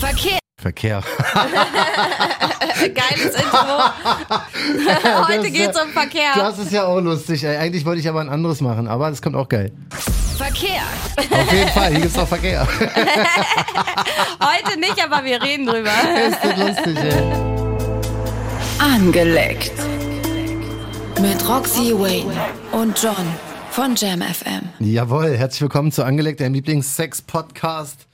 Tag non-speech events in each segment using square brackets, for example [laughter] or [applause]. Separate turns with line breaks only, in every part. Verkehr.
Verkehr.
Geiles Intro. [laughs] [laughs]
[laughs]
Heute
Das-
geht's um Verkehr.
Das ist ja auch lustig. ey. Eigentlich wollte ich aber ein anderes machen, aber das kommt auch geil.
Verkehr.
Auf jeden Fall, hier gibt's auch
[laughs]
Verkehr. [laughs]
Heute nicht, aber wir reden drüber.
ist das lustig, ey.
Angeleckt. Mit Roxy Wayne und John von Jam FM.
Jawohl, herzlich willkommen zu Angelegt, deinem Lieblings-Sex-Podcast.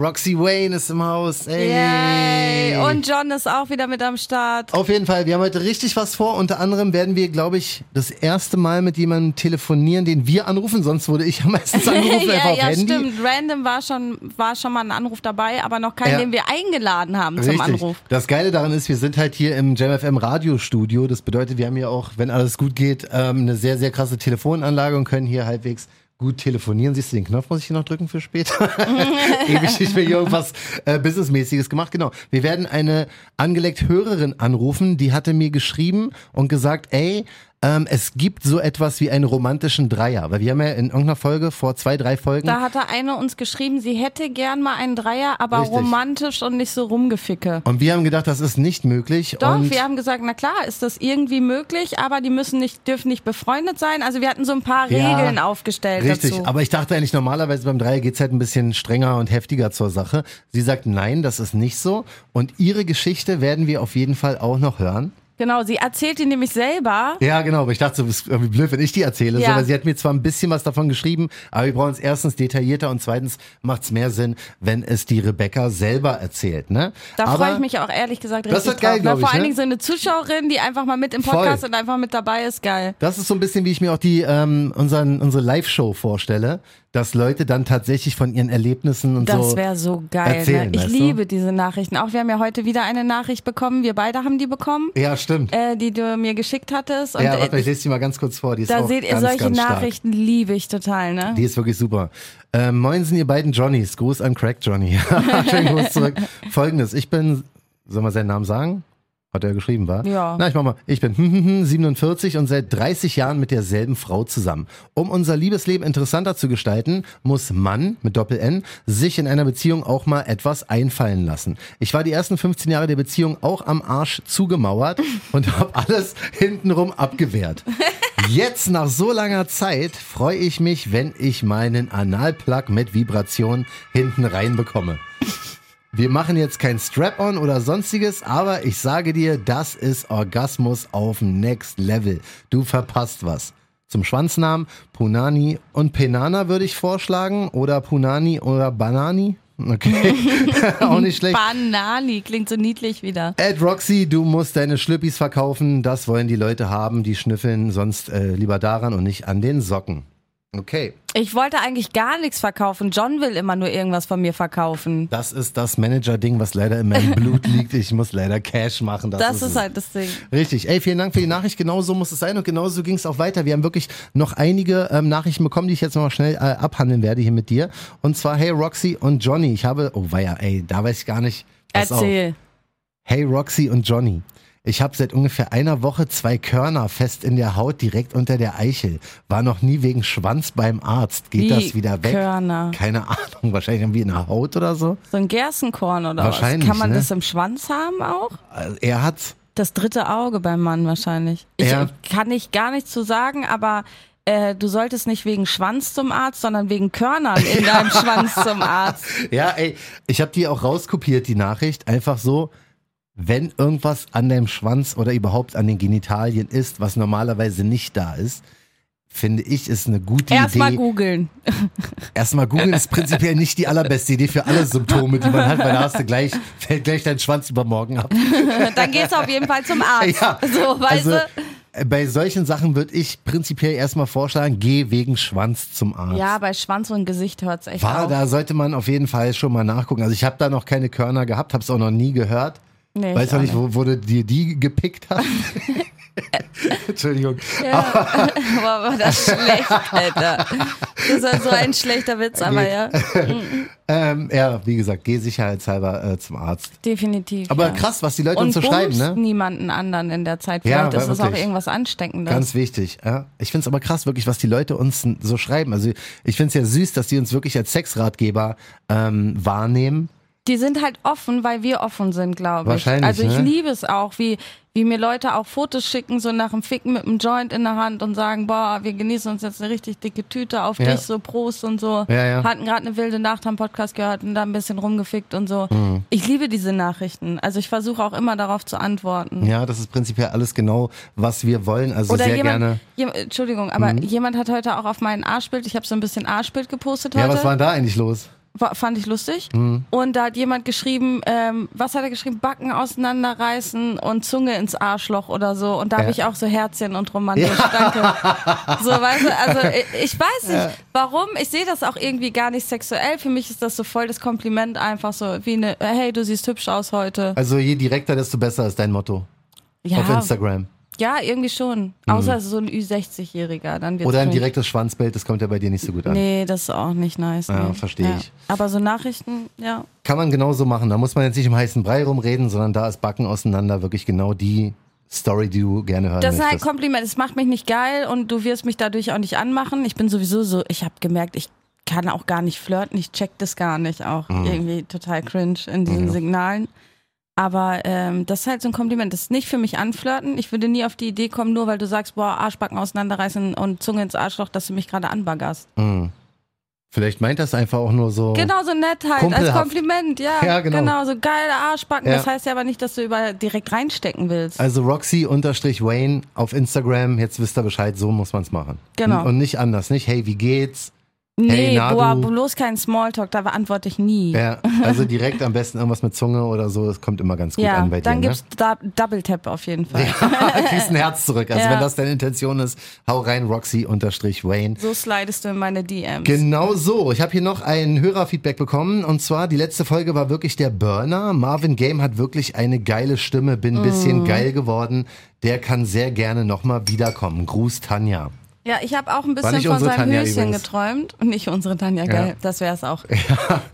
Roxy Wayne ist im Haus. Ey.
Yay. Und John ist auch wieder mit am Start.
Auf jeden Fall, wir haben heute richtig was vor. Unter anderem werden wir, glaube ich, das erste Mal mit jemandem telefonieren, den wir anrufen. Sonst wurde ich ja
[laughs]
meistens angerufen, einfach
ja,
auf
ja
Handy.
stimmt. Random war schon, war schon mal ein Anruf dabei, aber noch keinen,
Ja.
den wir eingeladen haben zum Anruf.
Das Geile daran ist, wir sind halt hier im JamFM Radiostudio. Das bedeutet, wir haben ja auch, wenn alles gut geht, ähm, eine sehr, sehr krasse Telefonanlage und können hier halbwegs gut telefonieren. Siehst du, den Knopf muss ich hier noch drücken für später. [laughs] Ewig nicht mehr hier irgendwas äh, Businessmäßiges gemacht. Genau. Wir werden eine angelegt Hörerin anrufen, die hatte mir geschrieben und gesagt, ey, ähm, es gibt so etwas wie einen romantischen Dreier. Weil wir haben ja in irgendeiner Folge, vor zwei, drei Folgen,
Da hatte eine uns geschrieben, sie hätte gern mal einen Dreier, aber
Richtig.
romantisch und nicht so rumgeficke.
und wir haben gedacht, das ist nicht möglich.
Doch,
und
wir haben gesagt, na klar, ist das irgendwie möglich, aber die müssen nicht, dürfen nicht befreundet sein. Also wir hatten so ein paar
Ja,
Regeln aufgestellt
Richtig,
dazu.
aber ich dachte eigentlich normalerweise beim Dreier geht's halt ein bisschen strenger und heftiger zur Sache. Sie sagt, nein, das ist nicht so. Und ihre Geschichte werden wir auf jeden Fall auch noch hören.
genau, sie erzählt die nämlich selber.
Ja, genau, aber ich dachte, es ist irgendwie blöd, wenn ich die erzähle.
Ja.
So, weil sie hat mir zwar ein bisschen was davon geschrieben, aber wir brauchen es erstens detaillierter und zweitens macht's mehr Sinn, wenn es die Rebecca selber erzählt. Ne?
Da
aber
freue ich mich auch ehrlich gesagt richtig
Das wird geil,
drauf. Na,
glaub ich,
Vor allen
ne?
Dingen so eine Zuschauerin, die einfach mal mit im Podcast
Voll.
und einfach mit dabei ist, geil.
Das ist so ein bisschen, wie ich mir auch die ähm, unseren, unsere Live-Show vorstelle, dass Leute dann tatsächlich von ihren Erlebnissen und so.
Das wäre so geil.
erzählen,
ne? Ich
weißt du?
liebe diese Nachrichten. Auch wir haben ja heute wieder eine Nachricht bekommen. Wir beide haben die bekommen,
Ja, stimmt.
äh, die du mir geschickt hattest. Und
ja,
äh,
warte, mal, ich lese die mal ganz kurz vor. Die ist
da
auch
seht ihr
ganz,
solche
ganz stark.
Nachrichten, liebe ich total, ne?
Die ist wirklich super. Ähm, Moinsen, ihr beiden Johnnies. Gruß an Craig Johnny. [laughs] Schönen Gruß
[laughs]
zurück. Folgendes, ich bin, soll man seinen Namen sagen? Hat er geschrieben, war?
Ja.
Na, ich mach mal. Ich bin hm, 47 und seit 30 Jahren mit derselben Frau zusammen. Um unser Liebesleben interessanter zu gestalten, muss Mann mit Doppel-N sich in einer Beziehung auch mal etwas einfallen lassen. Ich war die ersten 15 Jahre der Beziehung auch am Arsch zugemauert und habe alles hintenrum abgewehrt. Jetzt nach so langer Zeit freue ich mich, wenn ich meinen Analplug mit Vibration hinten reinbekomme. Wir machen jetzt kein Strap-on oder sonstiges, aber ich sage dir, das ist Orgasmus auf dem Next Level. Du verpasst was. Zum Schwanznamen Punani und Penana würde ich vorschlagen oder Punani oder Banani.
[laughs]
Okay, [laughs] auch nicht schlecht.
Banali, klingt so niedlich wieder.
Ed Roxy, du musst deine Schlüppis verkaufen. Das wollen die Leute haben, die schnüffeln sonst äh, lieber daran und nicht an den Socken. Okay,
Ich wollte eigentlich gar nichts verkaufen. John will immer nur irgendwas von mir verkaufen.
das ist das Manager-Ding, was leider in
[laughs]
meinem Blut liegt. Ich muss leider Cash machen. Das,
Das
ist
ist
es.
halt das Ding.
Richtig. Ey, vielen Dank für die Nachricht. Genauso muss es sein und genauso ging es auch weiter. Wir haben wirklich noch einige ähm, Nachrichten bekommen, die ich jetzt nochmal schnell äh, abhandeln werde hier mit dir. Und zwar, hey Roxy und Johnny. Ich habe, oh weia, ey, da weiß ich gar nicht. Pass auf.
Erzähl.
Hey Roxy und Johnny. Ich habe seit ungefähr einer Woche zwei Körner fest in der Haut direkt unter der Eichel. War noch nie wegen Schwanz beim Arzt. Geht
Wie
das wieder weg?
Körner?
Keine Ahnung, [laughs] wahrscheinlich irgendwie in der Haut oder so.
So ein Gerstenkorn oder
Wahrscheinlich,
was? Kann man
ne?
das im Schwanz haben auch?
Also, Er hat's.
Das dritte Auge beim Mann wahrscheinlich. Ich
Ja.
kann ich gar nichts zu sagen, aber äh, du solltest nicht wegen Schwanz zum Arzt, sondern wegen Körnern
[laughs]
in deinem Schwanz zum Arzt.
Ja, ey, ich habe die auch rauskopiert, die Nachricht. Einfach so, wenn irgendwas an deinem Schwanz oder überhaupt an den Genitalien ist, was normalerweise nicht da ist, finde ich, ist eine gute
Erstmal
Idee.
googeln.
Erstmal googeln ist prinzipiell nicht die allerbeste Idee für alle Symptome, die man hat, weil da hast du gleich, fällt gleich dein Schwanz übermorgen
[laughs]
ab.
Dann gehst du auf jeden Fall
[laughs]
zum Arzt.
Ja,
so, weißt
also,
du?
äh, Bei solchen Sachen würde ich prinzipiell erstmal vorschlagen, geh wegen Schwanz zum Arzt.
Ja, genau. bei Schwanz und Gesicht hört's echt
War,
auf.
da sollte man auf jeden Fall schon mal nachgucken. Also ich habe da noch keine Körner gehabt, habe es auch noch nie gehört.
Oh, Nee,
Weiß
ich
auch
auch
nicht, wo, wo du dir die gepickt
[laughs]
hast. Entschuldigung. [laughs]
[laughs] Boah, war das schlecht, Alter. Das war so ein schlechter Witz, aber
Geht.
ja,
Ähm, ja, wie gesagt, geh sicherheitshalber äh, zum Arzt.
definitiv.
Aber
ja.
krass, was die Leute
Und
uns so schreiben,
bumst
ne?
niemanden anderen in der Zeit.
Ja,
Vielleicht ist es auch
wirklich.
irgendwas Ansteckendes.
Ganz wichtig. Ja? Ich find's aber krass, wirklich, was die Leute uns n- so schreiben. Also ich find's ja süß, dass die uns wirklich als Sexratgeber ähm, wahrnehmen.
die sind halt offen, weil wir offen sind, glaube ich.
Wahrscheinlich,
Also ich
ne?
liebe es auch, wie, wie mir Leute auch Fotos schicken, so nach dem Ficken mit einem Joint in der Hand und sagen, boah, wir genießen uns jetzt eine richtig dicke Tüte auf
Ja.
dich, so Prost und so.
Ja, ja.
Hatten gerade eine wilde Nacht, haben Podcast gehört und da ein bisschen rumgefickt und so.
Mhm.
Ich liebe diese Nachrichten. Also ich versuche auch immer darauf zu antworten.
Ja, das ist prinzipiell alles genau, was wir wollen. Also
Oder
sehr
jemand,
gerne. Mhm.
jem- Entschuldigung, aber jemand hat heute auch auf meinen Arschbild, ich habe so ein bisschen Arschbild gepostet
Ja,
heute.
was war denn da eigentlich los?
Wa- fand ich lustig.
Mhm.
Und da hat jemand geschrieben, ähm, was hat er geschrieben? Backen auseinanderreißen und Zunge ins Arschloch oder so. Und da
Ja.
habe ich auch so Herzchen und romantisch. Danke. So, weißt du,
[laughs]
also ich, ich weiß nicht, warum. Ich sehe das auch irgendwie gar nicht sexuell. Für mich ist das so voll das Kompliment einfach so wie eine, hey, du siehst hübsch aus heute.
Also je direkter, desto besser ist dein Motto
Ja,
auf Instagram. Mhm.
ja irgendwie schon. Außer es ist so ein Ü60-Jähriger. Dann wird's
Oder ein
cringe.
direktes Schwanzbild, das kommt ja bei dir nicht so gut an.
Nee, das ist auch nicht nice.
Ja,
nee.
verstehe ich.
Aber so Nachrichten, ja.
Kann man genauso machen. Da muss man jetzt nicht im heißen Brei rumreden, sondern da ist Backen auseinander wirklich genau die Story, die du gerne hören
Das ist halt
möchtest.
Kompliment. Es macht mich nicht geil und du wirst mich dadurch auch nicht anmachen. Ich bin sowieso so, ich habe gemerkt, ich kann auch gar nicht flirten. Ich check das gar nicht auch.
Mhm.
Irgendwie total cringe in diesen Signalen. Aber ähm, das ist halt so ein Kompliment. Das ist nicht für mich anflirten. Ich würde nie auf die Idee kommen, nur weil du sagst, boah, Arschbacken auseinanderreißen und Zunge ins Arschloch, dass du mich gerade anbaggerst.
Mhm. Vielleicht meint das einfach auch nur so.
Genauso nett halt, als
Kumpelhaft.
Kompliment. Ja,
Ja, genau.
so geile Arschbacken.
Ja.
Das heißt ja aber nicht, dass du über direkt reinstecken willst.
Also Roxy-Wayne auf Instagram, jetzt wisst ihr Bescheid, so muss man es machen.
Genau.
Und, und nicht anders, nicht, hey, wie geht's?
nee,
hey, na,
boah,
du-
bloß kein Smalltalk, da antworte ich nie.
Ja, also
[laughs]
direkt am besten irgendwas mit Zunge oder so, es kommt immer ganz gut
Ja,
an bei
dann
dir.
gibt's [laughs] da Double Tap auf jeden Fall.
ne? [laughs] Kriegst ein Herz zurück. Also
Ja.
wenn das deine Intention ist, hau rein, Roxy-Wayne.
So slidest du in meine DMs.
Genau so. Ich habe hier noch ein Hörerfeedback bekommen und zwar die letzte Folge war wirklich der Burner. Marvin Game hat wirklich eine geile Stimme, bin ein
Mhm.
bisschen geil geworden. Der kann sehr gerne nochmal wiederkommen. Gruß Tanja.
ja, ich habe auch ein bisschen
nicht
von
unsere
seinem
Tanja
Höschen
übrigens.
geträumt. [laughs] Und nicht unsere Tanja, geil. Das wäre
[laughs]
es auch.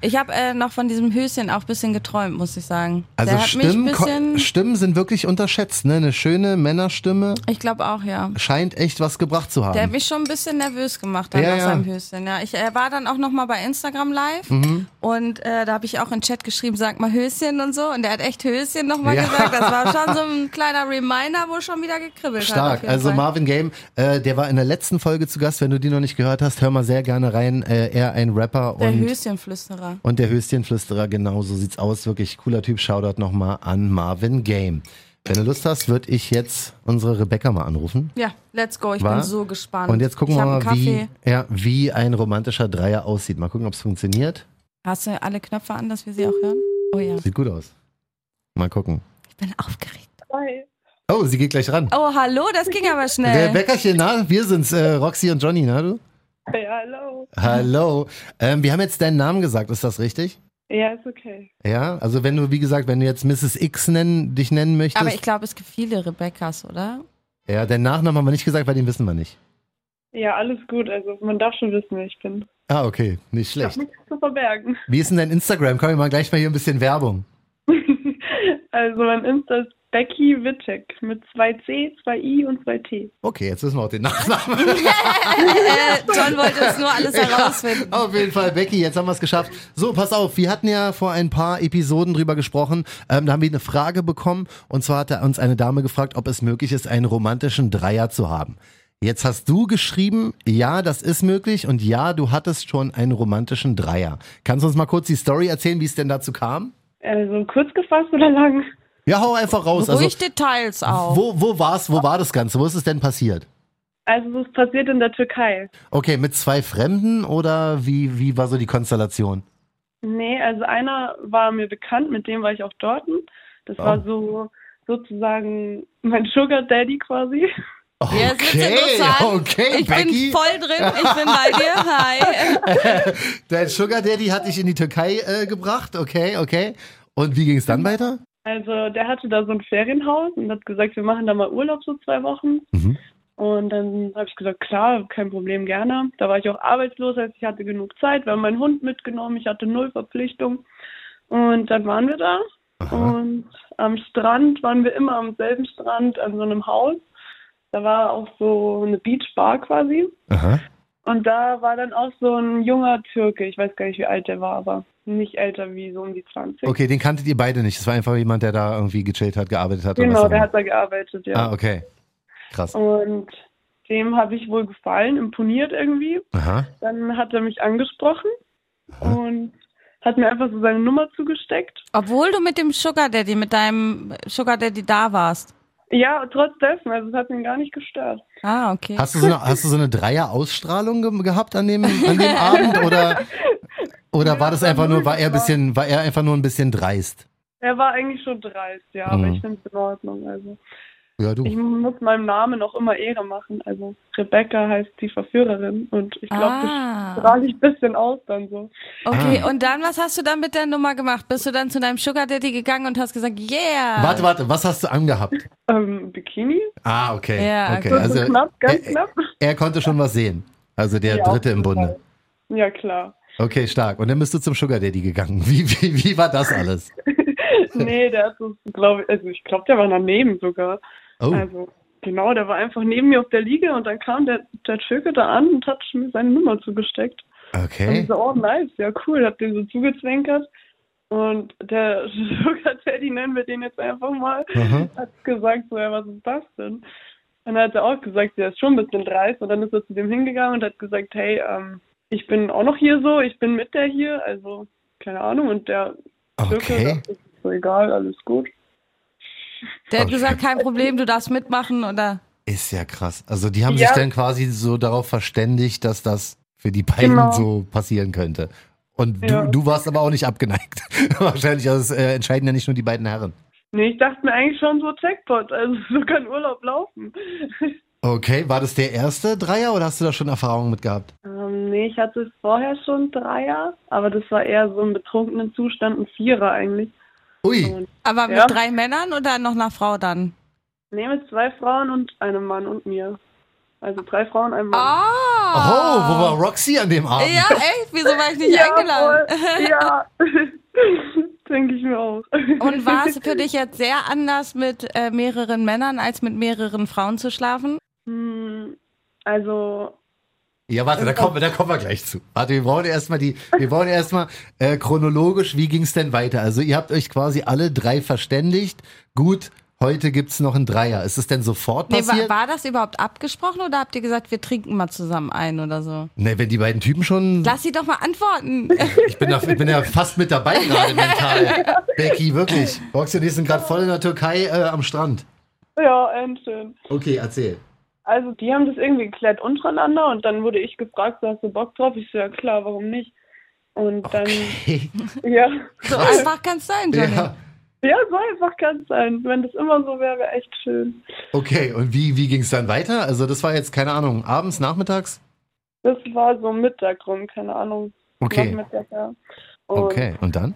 Ich habe äh, noch von diesem Höschen auch ein bisschen geträumt, muss ich sagen.
Also
Der hat
Stimmen,
mich
ko-
ein bisschen.
Stimmen sind wirklich unterschätzt. Ne? Eine schöne Männerstimme
Ich glaube auch, ja.
scheint echt was gebracht zu
Der hat
haben.
mich schon ein bisschen nervös gemacht dann
Ja,
nach
ja.
seinem Höschen. Ja, ich äh, war dann auch noch mal bei Instagram live
Mhm.
und äh, da habe ich auch in Chat geschrieben, sag mal Höschen und so. Und er hat echt Höschen noch mal
Ja.
gesagt. Das war
[laughs]
schon so ein kleiner Reminder, wo schon wieder gekribbelt hat. auf
Stark.
jeden
Also
Fall.
Marvin Game, äh, der war in der letzten Folge zu Gast. Wenn du die noch nicht gehört hast, hör mal sehr gerne rein. Äh, er ein Rapper
Der
und
Höschenflüsterer.
Und der Höschenflüsterer, genau so sieht's aus. Wirklich cooler Typ. Shoutout nochmal an Marvin Game. Wenn du Lust hast, würde ich jetzt unsere Rebecca mal anrufen.
Ja, let's go. Ich
Wa?
bin so gespannt.
Und jetzt gucken
ich
wir
hab einen
mal, wie,
Kaffee.
ja, wie ein romantischer Dreier aussieht. Mal gucken, ob's funktioniert.
Hast du alle Knöpfe an, dass wir sie auch hören? Oh ja.
Sieht gut aus. Mal gucken.
Ich bin aufgeregt.
Hi.
Oh, sie geht gleich ran.
Oh, hallo, das ging aber schnell.
Rebeccachen, na, wir sind's, äh, Roxy und Johnny, na du?
Ja, hallo.
Hallo. Ähm, wir haben jetzt deinen Namen gesagt, ist das richtig?
Ja, ist okay.
Ja, also wenn du, wie gesagt, wenn du jetzt Mrs. X nennen, dich nennen möchtest.
aber ich glaube, es gibt viele Rebekkas, oder? [laughs]
ja, den Nachnamen haben wir nicht gesagt, weil den wissen wir nicht.
Ja, alles gut. Also man darf schon wissen, wer ich bin.
Ah, okay, nicht
Ich hab
schlecht.
nichts zu verbergen.
Wie ist denn dein Instagram? Komm, wir machen gleich mal hier ein bisschen Werbung.
Also mein Insta ist Becky Wittek mit zwei C, zwei I und zwei T.
Okay, jetzt wissen wir auch den Nachnamen.
äh, John wollte es nur
[laughs]
alles herausfinden.
Auf jeden Fall, Becky, jetzt haben wir es geschafft. So, pass auf, wir hatten ja vor ein paar Episoden drüber gesprochen. Ähm, da haben wir eine Frage bekommen und zwar hat uns eine Dame gefragt, ob es möglich ist, einen romantischen Dreier zu haben. Jetzt hast du geschrieben, ja, das ist möglich und ja, du hattest schon einen romantischen Dreier. Kannst du uns mal kurz die Story erzählen, wie es denn dazu kam?
Also kurz gefasst oder lang?
Ja, hau einfach raus. Also,
Ruhig Details auf.
wo, wo war's? Wo war das Ganze? Wo ist es denn passiert?
Also es passiert in der Türkei.
Okay, mit zwei Fremden oder wie, wie war so die Konstellation?
Nee, also einer war mir bekannt, mit dem war ich auch dort. Das war so sozusagen mein Sugar Daddy quasi.
Ja, es wird's interessant.
okay,
ich
Becky.
bin voll drin, ich bin
[laughs]
bei dir. Hi.
Dein Sugar Daddy hat dich in die Türkei äh, gebracht, okay, okay. Und wie ging es dann weiter?
Also der hatte da so ein Ferienhaus und hat gesagt, wir machen da mal Urlaub so zwei Wochen.
Mhm.
Und dann habe ich gesagt, klar, kein Problem, gerne. Da war ich auch arbeitslos, heißt, ich hatte genug Zeit, wir haben meinen Hund mitgenommen, ich hatte null Verpflichtung. Und dann waren wir da und am Strand waren wir immer am selben Strand an so einem Haus. Da war auch so eine Beachbar quasi.
Aha.
Und da war dann auch so ein junger Türke, ich weiß gar nicht, wie alt der war, aber nicht älter wie so um die 20.
Okay, den kanntet ihr beide nicht. Das war einfach jemand, der da irgendwie gechillt hat, gearbeitet hat. oder was
genau,
auch
der
immer.
hat da gearbeitet, ja. Oh.
Ah, okay. Krass.
Und dem habe ich wohl gefallen, imponiert irgendwie.
Aha.
Dann hat er mich angesprochen und hat mir einfach so seine Nummer zugesteckt.
Obwohl du mit dem Sugar Daddy, mit deinem Sugar Daddy da warst.
Ja, trotz dessen, also es hat ihn gar nicht gestört.
Ah, okay.
Hast du so eine, hast du so eine Dreier-Ausstrahlung ge gehabt an dem, an dem Abend? Oder, oder war das einfach nur, war er ein bisschen, war er einfach nur ein bisschen dreist?
Er war eigentlich schon dreist, ja, aber
Mhm.
ich finde es in Ordnung. Also
Ja,
ich
du.
muss meinem Namen auch immer Ehre machen. Also Rebecca heißt die Verführerin und ich glaube, das
ah,
strahle ich ein bisschen aus dann so.
okay.
Ah.
Und dann, was hast du dann mit der Nummer gemacht? Bist du dann zu deinem Sugar Daddy gegangen und hast gesagt, yeah.
Warte, warte, was hast du angehabt?
Ähm, Bikini?
Ah, okay.
Ja,
okay.
gut.
Also,
knapp, ganz
er,
knapp.
er konnte schon was sehen. Also der
Ja, auf
Dritte im
jeden
Bunde.
Fall. Ja, klar. [laughs]
Okay, stark. Und dann bist du zum Sugar Daddy gegangen. [laughs] Wie, wie, wie war das alles?
Nee, der hat so, glaube ich, also ich glaube, der war daneben sogar.
Oh,
Also genau, der war einfach neben mir auf der Liege und dann kam der, der Türke da an und hat mir seine Nummer zugesteckt. Und ich
okay.
so, oh nice, ja cool, hab den so zugezwinkert. Und der [laughs] Sugar Teddy, nennen wir den jetzt einfach mal,
Mhm.
hat gesagt, so, ja, was ist das denn? Und dann hat er auch gesagt, der ist schon ein bisschen dreist. Und dann ist er zu dem hingegangen und hat gesagt, hey, ähm, ich bin auch noch hier so, ich bin mit der hier, also keine Ahnung. Und der Türke,
Okay.
dachte, ist so egal, alles gut.
Der hat
Okay.
gesagt, kein Problem, du darfst mitmachen oder.
Ist ja krass. Also die haben
Ja.
sich dann quasi so darauf verständigt, dass das für die beiden
Genau.
so passieren könnte. Und du,
Ja.
du warst aber auch nicht abgeneigt. [laughs] Wahrscheinlich also es, äh, entscheiden ja nicht nur die beiden Herren.
Nee, ich dachte mir eigentlich schon so Jackpot, also [laughs] so kann Urlaub laufen. [laughs]
Okay, war das der erste Dreier oder hast du da schon Erfahrungen mit gehabt?
Ähm, nee, ich hatte vorher schon Dreier, aber das war eher so im betrunkenen Zustand, ein Vierer eigentlich.
Ui,
Und,
Aber
Ja.
mit drei Männern oder noch einer Frau dann?
nee, mit zwei Frauen und einem Mann und mir. Also drei Frauen, ein Mann.
Ah.
oh, wo war Roxy an dem Abend?
Ja, echt? Wieso war ich nicht
voll.
eingeladen? [laughs]
ja. [laughs] denke ich mir auch.
Und war es für dich jetzt sehr anders, mit äh, mehreren Männern als mit mehreren Frauen zu schlafen?
Hm, Also,
Ja, warte, da
Äh,
kommen, wir- da kommen wir gleich zu. Warte, wir wollen erstmal die, wir wollen erstmal äh, chronologisch, wie ging's denn weiter? Also ihr habt euch quasi alle drei verständigt. Gut, heute gibt's noch einen Dreier. Ist es denn sofort
Nee,
passiert?
war, war das überhaupt abgesprochen oder habt ihr gesagt, wir trinken mal zusammen ein oder so?
ne, wenn die beiden Typen schon.
Lass sie doch mal antworten. [laughs]
Ich bin, da, ich bin ja fast mit dabei gerade mental. Becky, wirklich. Roxy und ich sind gerade voll in der Türkei äh, am Strand.
ja, endschön.
Okay, erzähl.
Also, die haben das irgendwie geklärt untereinander und dann wurde ich gefragt, so, hast du Bock drauf? Ich so, ja klar, warum nicht? Und dann,
Okay.
Ähm,
ja.
So einfach kann es sein, Johnny.
Ja.
Ja, so einfach kann es sein. Wenn das immer so wäre, wäre echt schön.
Okay, und wie, wie ging's dann weiter? Also das war jetzt, keine Ahnung, abends, nachmittags?
Das war so Mittag rum, keine Ahnung.
Okay.
Nachmittag, ja. Und
Okay, und dann?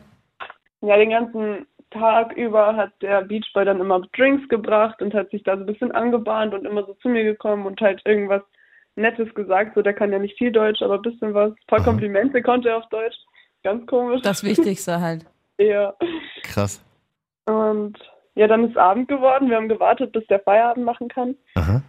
ja, den ganzen Tag über hat der Beachboy dann immer Drinks gebracht und hat sich da so ein bisschen angebahnt und immer so zu mir gekommen und halt irgendwas Nettes gesagt. So, der kann ja nicht viel Deutsch, aber ein bisschen was. Ein paar
Aha.
Komplimente konnte er auf Deutsch. Ganz komisch.
Das Wichtigste halt.
ja.
Krass.
Und ja, dann ist Abend geworden. Wir haben gewartet, bis der Feierabend machen kann.
Aha.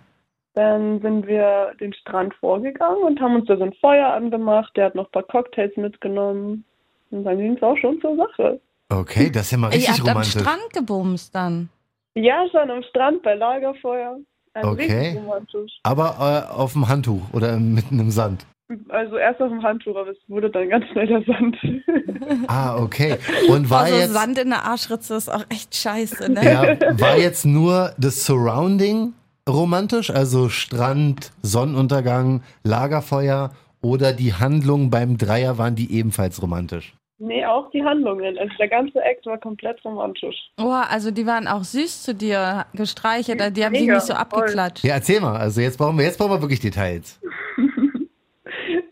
Dann sind wir den Strand vorgegangen und haben uns da so ein Feuer angemacht. Der hat noch ein paar Cocktails mitgenommen. Und dann ging es auch schon zur Sache.
Okay, das ist ja mal
Ihr
richtig
habt am
romantisch.
Strand gebumst dann.
Ja, schon am Strand bei Lagerfeuer. Also
Okay.
richtig romantisch.
Aber äh, auf dem Handtuch oder mitten im
[laughs]
Sand.
Also erst auf dem Handtuch, aber es wurde dann ganz schnell der Sand. [laughs]
Ah, okay. Und war
also
jetzt
Sand in der Arschritze ist auch echt scheiße, ne?
ja, war jetzt nur das Surrounding romantisch, also Strand, Sonnenuntergang, Lagerfeuer oder die Handlungen beim Dreier waren die ebenfalls romantisch.
nee, auch die Handlungen. Also der ganze Act war komplett romantisch.
Oh, also die waren auch süß zu dir gestreichelt, die haben dich
Mega,
nicht so
voll.
abgeklatscht.
Ja, erzähl mal, also jetzt brauchen wir jetzt brauchen wir wirklich Details.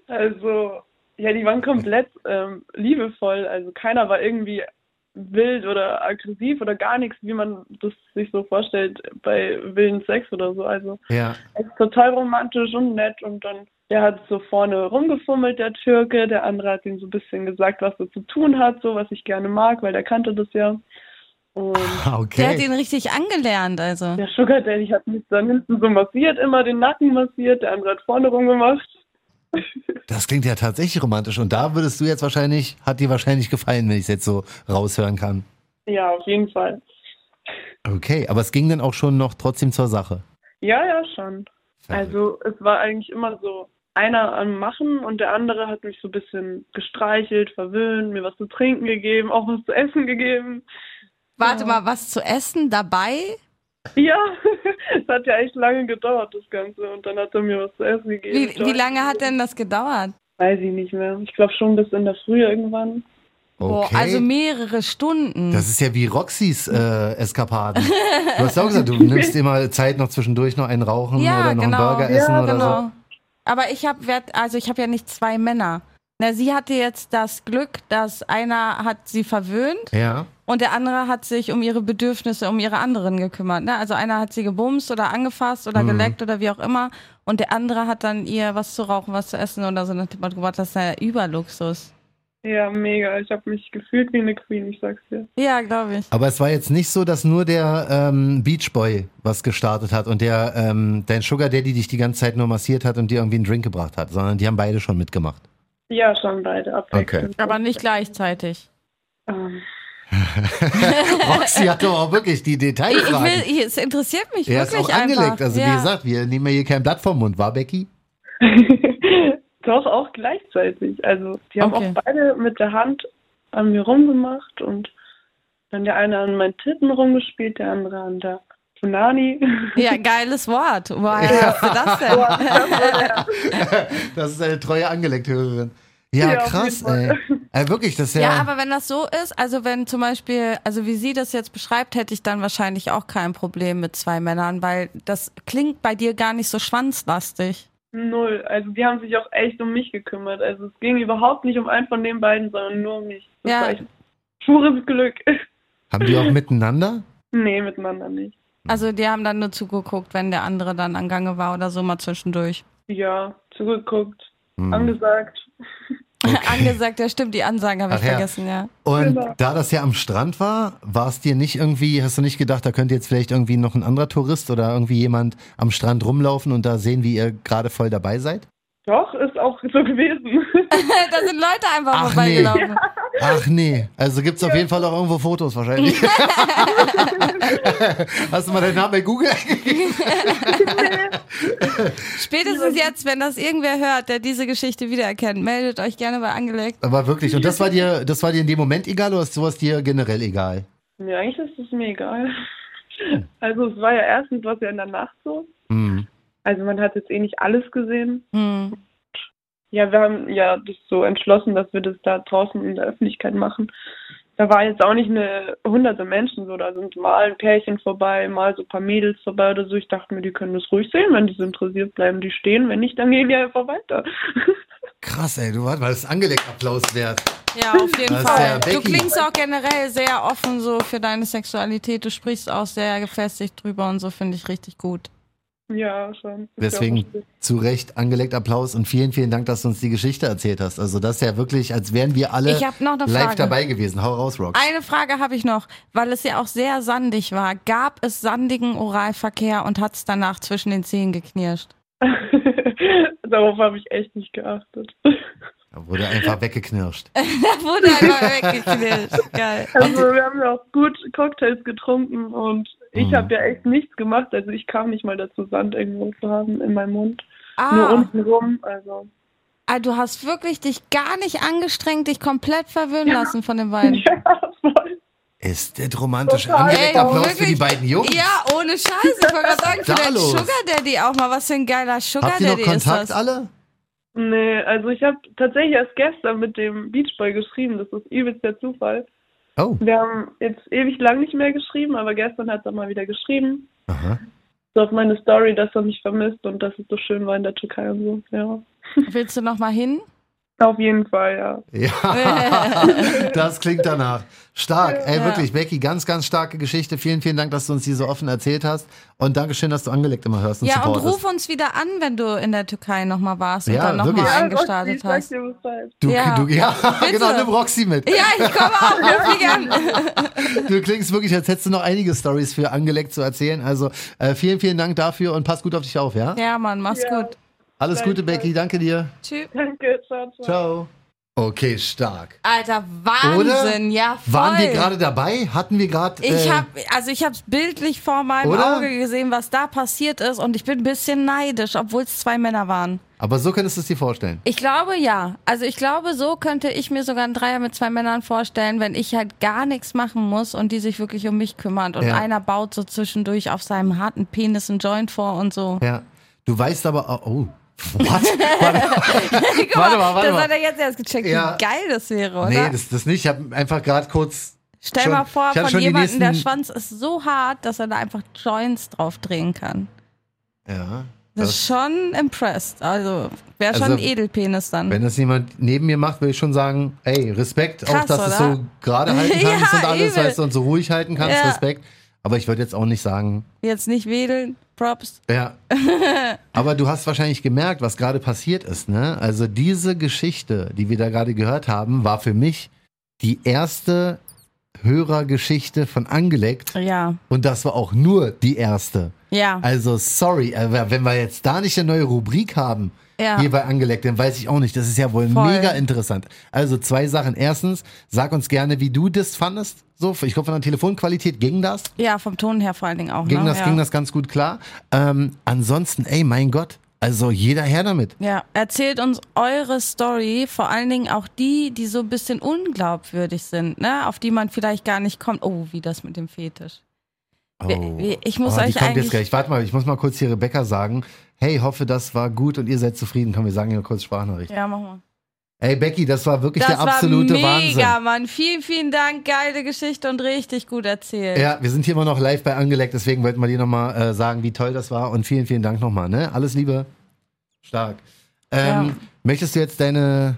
Also, ja, die waren komplett ähm, liebevoll. Also keiner war irgendwie wild oder aggressiv oder gar nichts, wie man das sich so vorstellt bei wilden Sex oder so. Also
Ja.
es ist total romantisch und nett und dann der hat so vorne rumgefummelt, der Türke, der andere hat ihm so ein bisschen gesagt, was er zu tun hat, so was ich gerne mag, weil der kannte das ja. Und
Ah,
Der hat
Okay.
ihn richtig angelernt, also.
der Sugar Daddy hat mich dann hinten so massiert, immer den Nacken massiert, der andere hat vorne rumgemacht.
Das klingt ja tatsächlich romantisch. Und da würdest du jetzt wahrscheinlich, hat dir wahrscheinlich gefallen, wenn ich es jetzt so raushören kann.
Ja, auf jeden Fall.
Okay, aber es ging dann auch schon noch trotzdem zur Sache.
Ja, ja, schon. Also es war eigentlich immer so, einer am Machen und der andere hat mich so ein bisschen gestreichelt, verwöhnt, mir was zu trinken gegeben, auch was zu essen gegeben. [laughs]
Warte mal, was zu essen dabei?
Ja, [laughs] es hat ja echt lange gedauert, das Ganze. Und dann hat er mir was zu essen gegeben.
Wie, wie lange hat denn das gedauert?
Weiß ich nicht mehr. Ich glaube schon bis in der Früh irgendwann.
Boah,
Okay.
also mehrere Stunden.
das ist ja wie Roxys äh, Eskapaden. Du hast auch
[laughs]
gesagt, du nimmst immer Zeit noch zwischendurch noch einen rauchen oder noch einen Burger essen
genau. ja,
oder
genau.
so.
Aber ich habe also ich habe ja nicht zwei Männer. Na, sie hatte jetzt das Glück, dass einer hat sie verwöhnt
Ja.
und der andere hat sich um ihre Bedürfnisse, um ihre anderen gekümmert. Ne? Also einer hat sie gebumst oder angefasst
Mhm.
oder geleckt oder wie auch immer und der andere hat dann ihr was zu rauchen, was zu essen oder so. Und dann hat man gedacht, das ist ja Überluxus.
Ja, mega. Ich habe mich gefühlt wie eine Queen, ich sag's dir.
Ja, glaube ich.
Aber es war jetzt nicht so, dass nur der ähm, Beach Boy was gestartet hat und der ähm, dein Sugar Daddy dich die ganze Zeit nur massiert hat und dir irgendwie einen Drink gebracht hat, sondern die haben beide schon
[laughs]
mitgemacht.
Ja, schon beide abwechselnd.
Aber nicht gleichzeitig.
Ähm,
Roxy hat doch auch wirklich die
Ich, ich
Detailfragen.
will, ich, es interessiert mich
er ist
wirklich
auch angelegt.
einfach.
Also wie
Ja.
gesagt, wir nehmen ja hier kein Blatt vom Mund, war Becky?
[laughs] Doch auch gleichzeitig. Also die haben
Okay.
auch beide mit der Hand an mir rumgemacht und dann der eine an meinen Titten rumgespielt, der andere an der Punani.
Ja, geiles Wort. Woher hast du das denn?
Das ist eine treue Angeleckt-Hörerin. Ja,
Ja, auf
krass,
jeden
ey.
Fall.
Äh, wirklich, das ist [laughs] ja...
Ja, aber wenn das so ist, also wenn zum Beispiel, also wie sie das jetzt beschreibt, hätte ich dann wahrscheinlich auch kein Problem mit zwei Männern, weil das klingt bei dir gar nicht so schwanzlastig.
[laughs] Null. Also die haben sich auch echt um mich gekümmert. Also es ging überhaupt nicht um einen von den beiden, sondern nur um mich. Das
Ja.
war echt
Mhm.
pures Glück. [laughs]
haben die auch miteinander?
nee, miteinander nicht.
Also die haben dann nur zugeguckt, wenn der andere dann am Gange war oder so mal zwischendurch.
Ja, zugeguckt,
Hm.
angesagt.
[laughs] Angesagt, ja stimmt, die Ansagen habe ich
Ach ja.
vergessen, ja.
Und
Genau.
da das ja am Strand war, war es dir nicht irgendwie, hast du nicht gedacht, da könnte jetzt vielleicht irgendwie noch ein anderer Tourist oder irgendwie jemand am Strand rumlaufen und da sehen, wie ihr gerade voll dabei seid?
Doch, ist auch so gewesen. [laughs]
da sind Leute einfach
Ach,
vorbeigelaufen.
Ach nee, also gibt's auf jeden Fall auch irgendwo Fotos wahrscheinlich. [laughs] Hast du mal deinen Namen bei Google?
Spätestens jetzt, wenn das irgendwer hört, der diese Geschichte wiedererkennt, meldet euch gerne bei Angelegt.
Aber wirklich, und das war dir, das war dir in dem Moment egal oder ist sowas dir generell egal?
Mir eigentlich ist es mir egal. [laughs] Also es war ja erstens was ja in der Nacht so.
Hm.
Also man hat jetzt eh nicht alles gesehen.
Hm.
Ja, wir haben ja das so entschlossen, dass wir das da draußen in der Öffentlichkeit machen. Da war jetzt auch nicht eine hunderte Menschen so, da sind mal ein Pärchen vorbei, mal so ein paar Mädels vorbei oder so. Ich dachte mir, die können das ruhig sehen, wenn die so interessiert bleiben, die stehen, wenn nicht, dann gehen die einfach weiter. [laughs]
Krass, ey, du warte mal, das ist angelegt Applaus wert.
Ja, auf jeden
Das ist ja
Fall.
Becky.
du klingst auch generell sehr offen so für deine Sexualität. Du sprichst auch sehr gefestigt drüber und so finde ich richtig gut.
ja, schon. Ist ja auch
Deswegen
richtig.
zu Recht angelegt Applaus und vielen, vielen Dank, dass du uns die Geschichte erzählt hast. Also das ist ja wirklich, als wären wir alle
Ich hab noch eine
live
Frage.
dabei gewesen. Hau raus, Rox.
Eine Frage habe ich noch, weil es ja auch sehr sandig war. Gab es sandigen Oralverkehr und hat es danach zwischen den Zähnen geknirscht?
[laughs] Darauf habe ich echt nicht geachtet. [laughs]
Da wurde
[laughs]
einfach weggeknirscht.
Da wurde einfach
[laughs]
weggeknirscht. Geil.
Also wir haben ja auch gut Cocktails getrunken und ich habe ja echt nichts gemacht. Also ich kam nicht mal dazu, Sand irgendwo zu haben in meinem Mund. Nur
Ah,
unten rum, also.
ah, du hast wirklich dich gar nicht angestrengt, dich komplett verwöhnen lassen von den beiden.
[laughs] Ja, voll.
Ist das romantisch?
Total.
Angelegt
Ey,
Applaus für
wirklich?
die beiden Jungs.
Ja, ohne Scheiße. Ich wollte gerade sagen,
da
vielleicht
los?
Sugar Daddy auch mal. Was für ein geiler Sugar
Habt ihr noch
Daddy ist das.
Kontakt alle?
Nee, also ich habe tatsächlich erst gestern mit dem Beachboy geschrieben. Das ist übelst der Zufall.
Oh.
Wir haben jetzt ewig lang nicht mehr geschrieben, aber gestern hat er mal wieder geschrieben.
Aha.
So auf meine Story, dass er mich vermisst und dass es so schön war in der Türkei und so. Ja.
Willst du noch
[laughs]
mal hin?
Auf jeden Fall, ja.
[laughs]
Ja, das klingt danach. Stark. Ey,
Ja.
wirklich, Becky, ganz, ganz starke Geschichte. Vielen, vielen Dank, dass du uns die so offen erzählt hast. Und Dankeschön, dass du angelegt immer hörst und
ja, und
supportest.
ruf uns wieder an, wenn du in der Türkei noch mal warst und
Ja,
dann noch
wirklich.
mal
Ja,
eingestartet
Roxy, ich
hast.
sag dir Bescheid.
du,
Ja.
du, ja [laughs] genau,
Bitte.
nimm Roxy mit.
Ja, ich komme auch. Ruf mich an.
Du klingst wirklich, als hättest du noch einige Stories für angelegt zu erzählen. Also äh, vielen, vielen Dank dafür und pass gut auf dich auf, ja?
Ja, Mann, mach's gut.
Alles Gute, Becky. Danke dir.
Typ.
Danke, ciao, ciao.
Ciao. Okay, stark.
Alter, Wahnsinn,
Oder?
ja voll.
Waren wir gerade dabei? Hatten wir gerade.
Ich
äh,
habe, also ich habe es bildlich vor meinem
Oder?
Auge gesehen, was da passiert ist, und ich bin ein bisschen neidisch, obwohl es zwei Männer waren.
Aber so könntest du es dir vorstellen.
Ich glaube ja. Also ich glaube, so könnte ich mir sogar einen Dreier mit zwei Männern vorstellen, wenn ich halt gar nichts machen muss und die sich wirklich um mich kümmern und
Ja.
einer baut so zwischendurch auf seinem harten Penis einen Joint vor und so. [laughs]
Ja. Du weißt aber. au- Oh. What? Warte, warte mal, warte
das hat
mal.
er jetzt erst gecheckt,
Ja.
wie geil das wäre, oder?
Nee, das, das nicht. Ich habe einfach gerade kurz.
Stell
schon-
mal vor,
ich hab
von
schon die
jemandem, der
nächsten-
Schwanz ist so hart, dass er da einfach Joints drauf drehen kann.
Ja. Das-
Das ist schon impressed. Also wäre schon
Also,
ein Edelpenis dann.
Wenn das jemand neben mir macht, würde ich schon sagen, ey, Respekt, auch
Krass,
dass du es
oder?
so gerade
[laughs]
halten
Ja,
kannst und alles,
übel.
weißt du, und so ruhig halten kannst,
Ja.
Respekt. Aber ich würde jetzt auch nicht sagen,
Jetzt nicht wedeln, Props.
ja.
[laughs]
Aber du hast wahrscheinlich gemerkt, was gerade passiert ist, ne? Also diese Geschichte, die wir da gerade gehört haben, war für mich die erste Hörergeschichte von Angeleckt
Ja,
und das war auch nur die erste.
ja,
Also sorry, aber wenn wir jetzt da nicht eine neue Rubrik haben,
Ja.
hier bei Angeleckt, dann weiß ich auch nicht. Das ist ja wohl
Voll.
mega interessant. Also zwei Sachen. Erstens, sag uns gerne, wie du das fandest. So, ich glaube, von der Telefonqualität ging das.
ja, vom Ton her vor allen Dingen auch.
Ging
ne?
das,
ja.
ging das ganz gut klar. Ähm, ansonsten, ey, mein Gott. Also jeder her damit.
Ja, erzählt uns eure Story, vor allen Dingen auch die, die so ein bisschen unglaubwürdig sind, ne? auf die man vielleicht gar nicht kommt. Oh, wie das mit dem Fetisch. Wir- wir- ich muss
oh, die
euch
kommt jetzt
eigentlich-
gleich. Warte mal, ich muss mal kurz hier Rebecca sagen. Hey, hoffe, das war gut und ihr seid zufrieden. Komm, wir sagen hier kurz Sprachnachricht.
Ja, mach mal.
Ey, Becky, das war wirklich
Das
der absolute
war mega,
Wahnsinn.
Mann. Vielen, vielen Dank. Geile Geschichte und richtig gut erzählt.
Ja, wir sind hier immer noch live bei Angeleckt, deswegen wollten wir dir nochmal äh, sagen, wie toll das war und vielen, vielen Dank nochmal. Ne? Alles Liebe. Stark. Ähm,
Ja.
Möchtest du jetzt deine.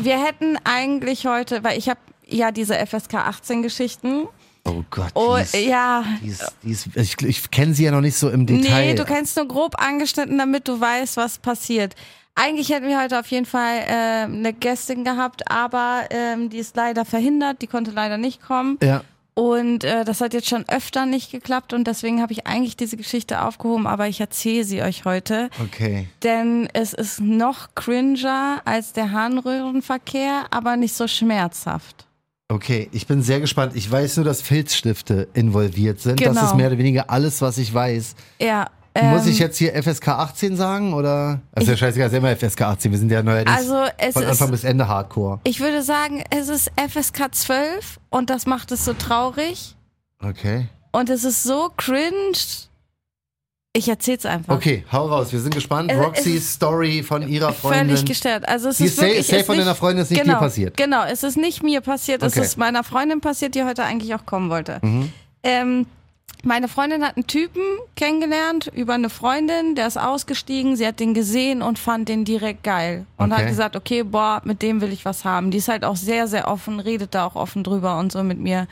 Wir hätten eigentlich heute, weil ich habe ja diese FSK 18 Geschichten.
Oh Gott.
Oh,
die ist,
ja.
die ist, die ist, ich ich kenne sie ja noch nicht so im Detail.
Nee, du kennst nur grob angeschnitten, damit du weißt, was passiert. Eigentlich hätten wir heute auf jeden Fall äh, eine Gästin gehabt, aber ähm, die ist leider verhindert, die konnte leider nicht kommen.
ja,
Und äh, das hat jetzt schon öfter nicht geklappt und deswegen habe ich eigentlich diese Geschichte aufgehoben, aber ich erzähle sie euch heute.
okay.
Denn es ist noch cringer als der Harnröhrenverkehr, aber nicht so schmerzhaft.
Okay, ich bin sehr gespannt. Ich weiß nur, dass Filzstifte involviert sind. Das
Genau.
ist mehr oder weniger alles, was ich weiß.
Ja. Ähm,
Muss ich jetzt hier FSK 18 sagen oder? Also ist ja scheißegal, ist ja immer FSK 18. Wir sind ja neuerdings
Also es
von
ist
Anfang bis Ende Hardcore.
Ich würde sagen, es ist FSK 12 und das macht es so traurig
Okay.
und es ist so cringe. Ich erzähl's einfach.
Okay, hau raus, wir sind gespannt.
Es- es
Roxys Story von ihrer Freundin.
Völlig gestört. Also es
Die
ist
ist safe-
wirklich,
safe
ist
von
nicht,
deiner Freundin, ist nicht
genau,
dir passiert.
Genau, es ist nicht mir passiert,
Okay. Mhm.
es ist meiner Freundin passiert, die heute eigentlich auch kommen wollte. Ähm, meine Freundin hat einen Typen kennengelernt über eine Freundin, der ist ausgestiegen, sie hat den gesehen und fand den direkt geil. Und
Okay.
hat gesagt, okay, boah, mit dem will ich was haben. Die ist halt auch sehr, sehr offen, redet da auch offen drüber und so mit mir,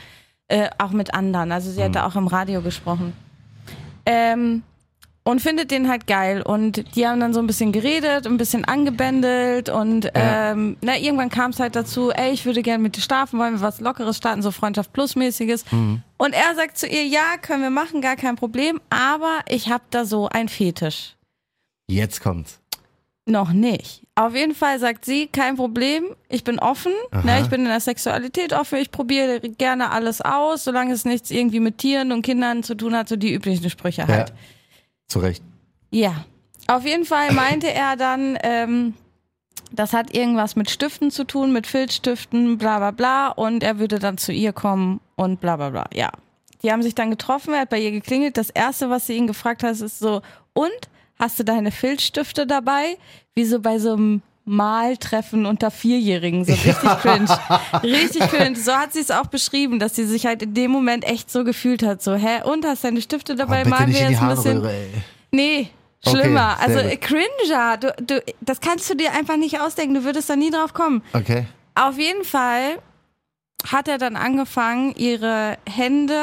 äh, auch mit anderen. Also
Mhm.
sie hat da auch im Radio gesprochen. Ähm, und findet den halt geil. Und die haben dann so ein bisschen geredet, ein bisschen angebändelt und ähm, na, irgendwann kam es halt dazu, ey, ich würde gerne mit dir schlafen, wollen wir was Lockeres starten, so Freundschaft plus-mäßiges. Und er sagt zu ihr, ja, können wir machen, gar kein Problem, aber ich habe da so einen Fetisch.
Jetzt kommt's.
Noch nicht. Auf jeden Fall sagt sie, kein Problem, ich bin offen, ne, ich bin in der Sexualität offen, ich probiere gerne alles aus, solange es nichts irgendwie mit Tieren und Kindern zu tun hat, so die üblichen Sprüche halt.
Ja. Zu Recht.
Ja, auf jeden Fall meinte er dann, ähm, das hat irgendwas mit Stiften zu tun, mit Filzstiften, bla bla bla. Und er würde dann zu ihr kommen und bla bla bla. Ja. Die haben sich dann getroffen, er hat bei ihr geklingelt. Das Erste, was sie ihn gefragt hat, ist so, und, hast du deine Filzstifte dabei? Wie so bei so einem Maltreffen unter Vierjährigen, so richtig
[laughs]
cringe. Richtig cringe. So hat sie es auch beschrieben, dass sie sich halt in dem Moment echt so gefühlt hat. So, hä, und, hast deine Stifte dabei?
Aber bitte
Malen
nicht
wir
in die
jetzt ein bisschen...
Harnröhre, ey.
Nee,
Okay,
schlimmer.
sehr
also
gut.
äh, cringer. Du, du, das kannst du dir einfach nicht ausdenken. Du würdest da nie drauf kommen.
Okay.
Auf jeden Fall hat er dann angefangen, ihre Hände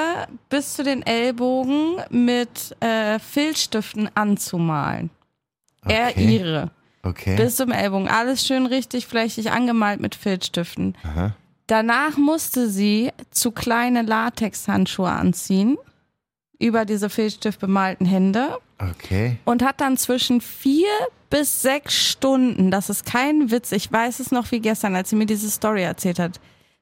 bis zu den Ellbogen mit äh, Filzstiften anzumalen. Er
Okay.
ihre.
Okay.
Bis zum Ellbogen. Alles schön richtig flächig angemalt mit Filzstiften.
Aha.
Danach musste sie zu kleine Latexhandschuhe anziehen über diese filzstiftbemalten Hände
Okay.
und hat dann zwischen vier bis sechs Stunden, das ist kein Witz, ich weiß es noch wie gestern, als sie mir diese Story erzählt hat,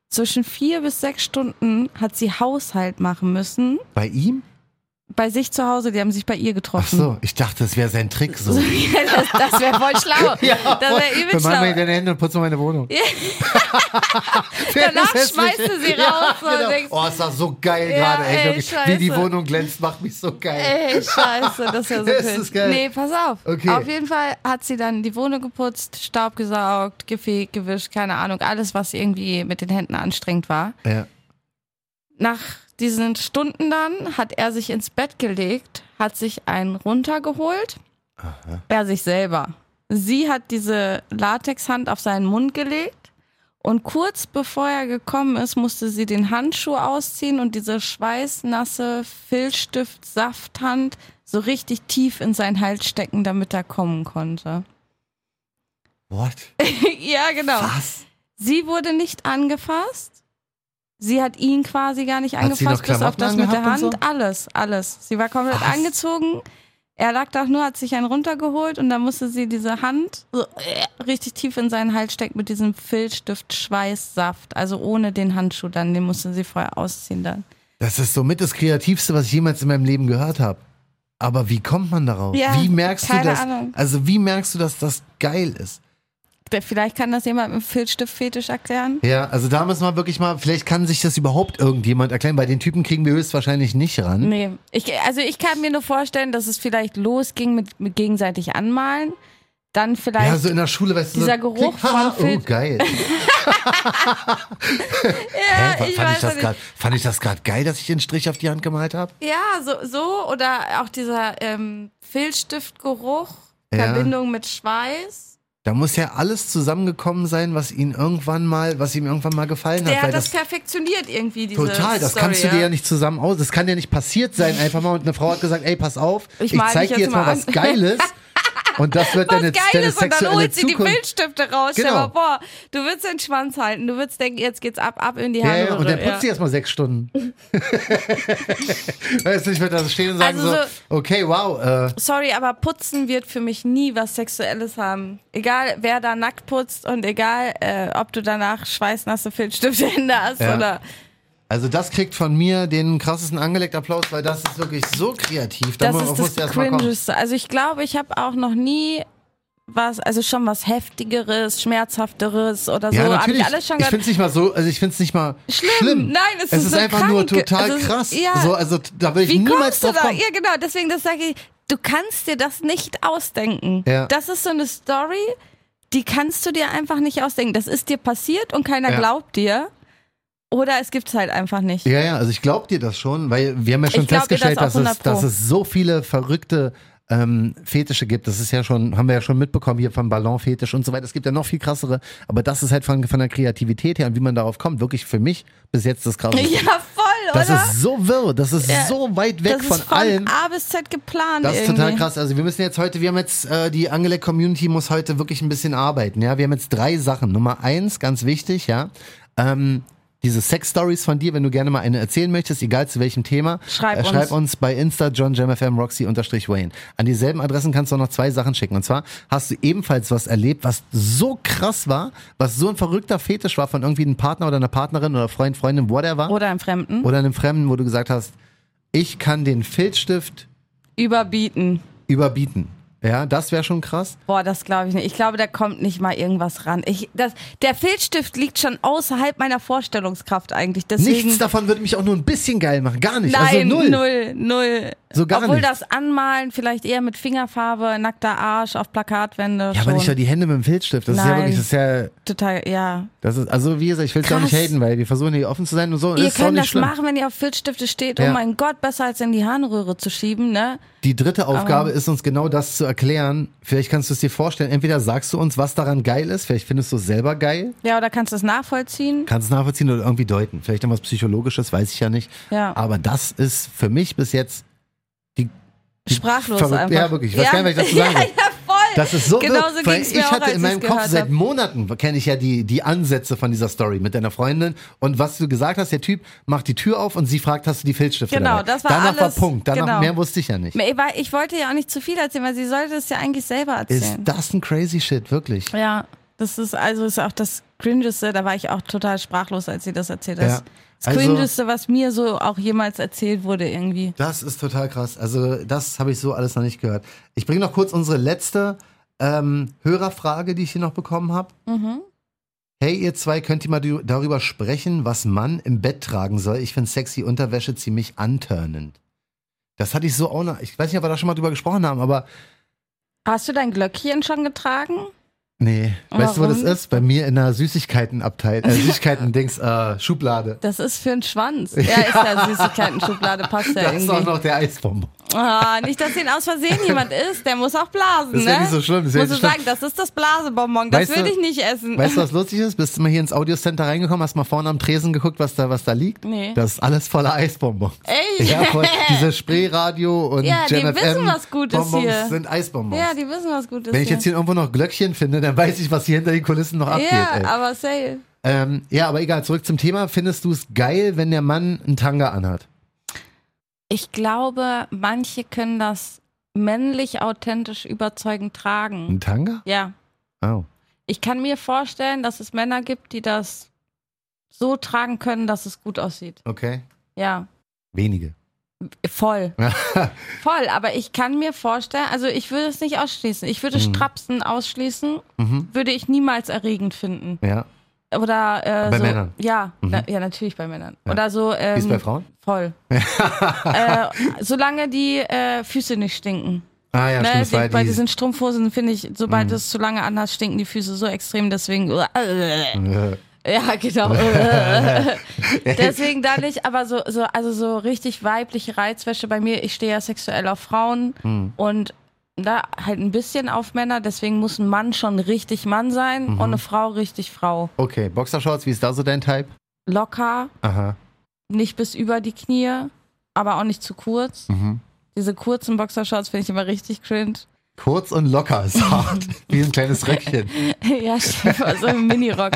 zwischen vier bis sechs Stunden hat sie Haushalt machen müssen,
Bei ihm?
bei sich zu Hause, die haben sich bei ihr
Ach
getroffen.
so, ich dachte, das wäre sein Trick so.
[laughs] Ja, das das wäre voll
[laughs]
schlau. das wäre
Bemalt
übel
mir
schlau.
deine Hände und putze meine Wohnung. [laughs] Wer ist
Danach
hässlich?
schmeißt du sie raus und
genau.
denkst-
Oh, ist das so geil
Ja,
gerade. Ey,
ey,
wirklich. Wie die
scheiße.
Wohnung glänzt, macht mich so geil.
Ey, scheiße, das wäre
[laughs]
so
Das
cringe.
ist geil.
Nee, pass auf.
Okay.
Auf jeden Fall hat sie dann die Wohnung geputzt, Staub gesaugt, gefegt, gewischt, keine Ahnung, alles, was irgendwie mit den Händen anstrengend war.
Ja.
Nach diesen Stunden dann hat er sich ins Bett gelegt, hat sich einen runtergeholt. Er sich selber. Sie hat diese Latexhand auf seinen Mund gelegt und kurz bevor er gekommen ist, musste sie den Handschuh ausziehen und diese schweißnasse Filzstift-Safthand so richtig tief in seinen Hals stecken, damit er kommen konnte. [laughs]
What?
ja, genau.
Was?
Sie wurde nicht angefasst. Sie hat ihn quasi gar nicht
Hat sie noch
angefasst, bis auf
Klamotten
das mit der Hand.
angehabt und
Alles, alles. Sie war komplett
Was?
angezogen. Er lag da nur, hat sich einen runtergeholt und dann musste sie diese Hand so, äh, richtig tief in seinen Hals stecken mit diesem Filzstift Schweißsaft. Also ohne den Handschuh dann, den musste sie vorher ausziehen dann.
Das ist somit das Kreativste, was ich jemals in meinem Leben gehört habe. Aber wie kommt man darauf?
Ja,
wie merkst du
keine
das?
Ahnung.
Also wie merkst du, dass das geil ist?
Vielleicht kann das jemand mit Filzstift-Fetisch erklären.
Ja, also da müssen wir wirklich mal, vielleicht kann sich das überhaupt irgendjemand erklären. Bei den Typen kriegen wir höchstwahrscheinlich nicht ran.
Nee, ich, also ich kann mir nur vorstellen, dass es vielleicht losging mit, mit gegenseitig anmalen. Dann vielleicht
Ja, so in der Schule, weißt du,
Dieser
so,
Geruch
klick, haha,
von Filz-
Oh,
[laughs]
geil. Hä,
ich
fand,
weiß
ich das
nicht.
grad, fand ich das gerade geil, dass ich den Strich auf die Hand gemalt habe?
Ja, so, so oder auch dieser ähm, Filzstiftgeruch,
Ja.
Verbindung mit Schweiß.
Da muss ja alles zusammengekommen sein, was ihn irgendwann mal, was ihm irgendwann mal gefallen hat.
Der
weil
hat das,
das
perfektioniert irgendwie, diese
Total, das
Story,
kannst du dir ja nicht zusammen aus. Das kann ja nicht passiert sein, einfach mal. Und eine Frau hat gesagt, ey, pass auf, ich,
Ich mal
zeig
dich
dir jetzt
jetzt
mal
mal
was
an.
Geiles.
[laughs]
Und das wird
Was
deine, deine
Geiles und dann
sexuelle
holt sie die
Zukunft.
Filzstifte raus. Stell
Genau.
mal vor, du würdest den Schwanz halten, du würdest denken, jetzt geht's ab, ab in die
Ja,
Hand.
ja, und dann putzt sie erstmal sechs Stunden.
[laughs]
weißt du, ich würde da so stehen und sagen
Also
so,
so-
okay, wow, äh,
Sorry, aber putzen wird für mich nie was Sexuelles haben. Egal, wer da nackt putzt und egal, äh, ob du danach schweißnasse Filzstifthände hast
Ja.
oder...
also das kriegt von mir den krassesten angelegten Applaus, weil das ist wirklich so kreativ. Da
Das
muss-
ist
muss
das
erstmal kommen.
Cringeste. Also ich glaube, ich habe auch noch nie was, also schon was Heftigeres, Schmerzhafteres oder so.
Ja,
Hab
natürlich.
ich alles schon
ich
gehört.
finde es nicht mal so, also ich finde es nicht mal schlimm.
Schlimm. Nein, es ist
ist
so
einfach nur
krank.
total
Es ist-
krass.
ja.
So, also da will ich
Wie
niemals
kommst du
drauf
da?
kommen.
Ja, genau, deswegen das sage ich, du kannst dir das nicht ausdenken.
Ja.
Das ist so eine Story, die kannst du dir einfach nicht ausdenken. Das ist dir passiert und keiner
Ja.
glaubt dir. Oder es gibt es halt einfach nicht.
Ja, ja, also ich glaube dir das schon, weil wir haben ja schon
Ich glaub dir das
festgestellt,
auch
dass es,
100 Pro.
dass es so viele verrückte ähm, Fetische gibt. Das ist ja schon, haben wir ja schon mitbekommen hier vom Ballonfetisch und so weiter. Es gibt ja noch viel krassere, aber das ist halt von, von der Kreativität her und wie man darauf kommt, wirklich für mich bis jetzt das krasseste.
[laughs] [laughs] Ja, voll,
das
oder?
ist so wirr, das ist
Ja,
so weit weg
das
von
ist von
allem.
A bis Z geplant.
Das ist
irgendwie.
total krass. Also wir müssen jetzt heute, wir haben jetzt, äh, die Angelec Community muss heute wirklich ein bisschen arbeiten. Ja, wir haben jetzt drei Sachen. Nummer eins, ganz wichtig, ja. Ähm, diese Sex-Stories von dir, wenn du gerne mal eine erzählen möchtest, egal zu welchem Thema,
Schreib
äh,
uns.
schreib uns bei Insta johnjamfm roxy unterstrich Wayne. An dieselben Adressen kannst du auch noch zwei Sachen schicken. Und zwar hast du ebenfalls was erlebt, was so krass war, was so ein verrückter Fetisch war von irgendwie einem Partner oder einer Partnerin oder Freund, Freundin, whatever.
Oder im Fremden.
Oder einem Fremden, wo du gesagt hast, ich kann den Filzstift
Überbieten.
überbieten. Ja, das wäre schon krass.
Boah, das glaube ich nicht. Ich glaube, da kommt nicht mal irgendwas ran. Ich, das, der Filzstift liegt schon außerhalb meiner Vorstellungskraft eigentlich. Deswegen,
Nichts davon würde mich auch nur ein bisschen geil machen. Gar nicht.
Nein,
also null.
null, null.
So gar
Obwohl
nicht.
das Anmalen vielleicht eher mit Fingerfarbe, nackter Arsch auf Plakatwände.
Ja,
schon.
aber nicht doch die Hände mit dem Filzstift. Das ist ja
Nein.
wirklich, das ist ja,
Total, ja.
das ist, also wie gesagt, ich will es gar nicht
Krass.
haten, weil wir versuchen hier offen zu sein und so.
Ihr
ist auch
könnt
nicht
das
schlimm.
machen, wenn ihr auf Filzstifte steht.
Ja.
Oh mein Gott, besser als in die Harnröhre zu schieben, ne?
Die dritte Aufgabe ist uns genau das zu erklären. Vielleicht kannst du es dir vorstellen. Entweder sagst du uns, was daran geil ist. Vielleicht findest du es selber geil.
Ja, oder kannst du es nachvollziehen?
Kannst es nachvollziehen oder irgendwie deuten. Vielleicht noch was Psychologisches, weiß ich ja nicht.
Ja.
Aber das ist für mich bis jetzt
Sprachlos
verrückt.
einfach.
Ja, wirklich. Ich weiß gar nicht, was ich dazu sagen
[laughs] ja,
soll.
ja, voll.
Das ist so
Genauso
wirr, weil
ging's
ich
mir auch,
hatte
als
in
ich's
meinem Kopf
gehört
seit
hab.
Monaten kenne ich ja die die Ansätze von dieser Story mit deiner Freundin und was du gesagt hast, der Typ macht die Tür auf und sie fragt, hast du die Filzstifte
Genau,
dabei?
das war
Danach
alles-
war Punkt. Danach
genau.
mehr wusste ich ja nicht.
Ich war- Ich wollte ja auch nicht zu viel erzählen, weil sie sollte es ja eigentlich selber
Ist
erzählen.
das ein crazy shit, wirklich?
Ja, das ist also ist auch das Cringeste, da war ich auch total sprachlos, als sie das erzählt hat.
Ja.
Das
Also-
Cringeste, was mir so auch jemals erzählt wurde irgendwie.
Das ist total krass. Also, das habe ich so alles noch nicht gehört. Ich bringe noch kurz unsere letzte ähm, Hörerfrage, die ich hier noch bekommen habe.
Mhm.
Hey, ihr zwei, könnt ihr mal du- darüber sprechen, was Mann im Bett tragen soll? Ich finde sexy Unterwäsche ziemlich antörnend. Das hatte ich so auch noch. Ich weiß nicht, ob wir da schon mal drüber gesprochen haben, aber
Hast du dein Glöckchen schon getragen?
nee. Weißt du, wo das
Warum?
ist? Bei mir in einer Süßigkeitenabteil, äh, Süßigkeiten-Dings, äh, Schublade.
Das ist für einen Schwanz. Ja, ist ja Süßigkeiten-Schublade, passt [laughs] ja
Da ist auch
irgendwie.
noch der Eisbonbon.
Ah, nicht, dass den aus Versehen jemand isst, der muss auch blasen,
Das
ne?
wär nicht so schlimm, das
Muss
wär
du
nicht so
sagen,
schlimm.
das ist das Blasebonbon, das
Weißt
will
du-
ich nicht essen.
Weißt du, was lustig ist? Bist du mal hier ins Audiocenter reingekommen, hast mal vorne am Tresen geguckt, was da, was da liegt?
Nee.
Das ist alles voller Eisbonbons.
Ey,
Ja,
[laughs]
voll. Diese Spreeradio und
Ja, die
Jam
wissen,
FM
was gut ist
Bonbons
hier.
sind Eisbonbons.
ja, die wissen, was gut ist.
Wenn ich jetzt
hier
hier irgendwo noch Glöckchen finde, dann weiß ich, was hier hinter den Kulissen noch abgeht.
Ja,
ey.
aber sale.
Ähm, ja, aber egal, zurück zum Thema. Findest du es geil, wenn der Mann einen Tanga anhat?
Ich glaube, manche können das männlich authentisch überzeugend tragen.
Ein Tanga?
Ja.
Oh.
Ich kann mir vorstellen, dass es Männer gibt, die das so tragen können, dass es gut aussieht.
Okay.
Ja.
Wenige. [laughs]
Voll. Voll, aber ich kann mir vorstellen, also ich würde es nicht ausschließen. Ich würde Strapsen ausschließen,
Mhm.
würde ich niemals erregend finden.
Ja.
Oder äh,
Bei
so,
Männern? Mhm.
Ja, na, ja, natürlich bei Männern. Oder so. Ähm,
Wie ist bei Frauen? [laughs]
Voll. äh, solange die äh, Füße nicht stinken.
Ah ja, stimmt.
ne?
Das war
die, bei
die,
diesen Strumpfhosen finde ich, sobald du es zu lange anhast, stinken die Füße so extrem, deswegen. [laughs] ja, genau. [laughs]
[laughs]
deswegen da nicht, aber so, so, also so richtig weibliche Reizwäsche bei mir, ich stehe ja sexuell auf Frauen
Hm.
und da halt ein bisschen auf Männer, deswegen muss ein Mann schon richtig Mann sein und eine Frau richtig Frau.
okay, Boxershorts, wie ist da so dein Type?
Locker,
Aha.
nicht bis über die Knie, aber auch nicht zu kurz.
Mhm.
Diese kurzen Boxershorts finde ich immer richtig cringe.
Kurz und locker,
[laughs]
zart, wie ein kleines Röckchen.
ja, stimmt, so ein Minirock.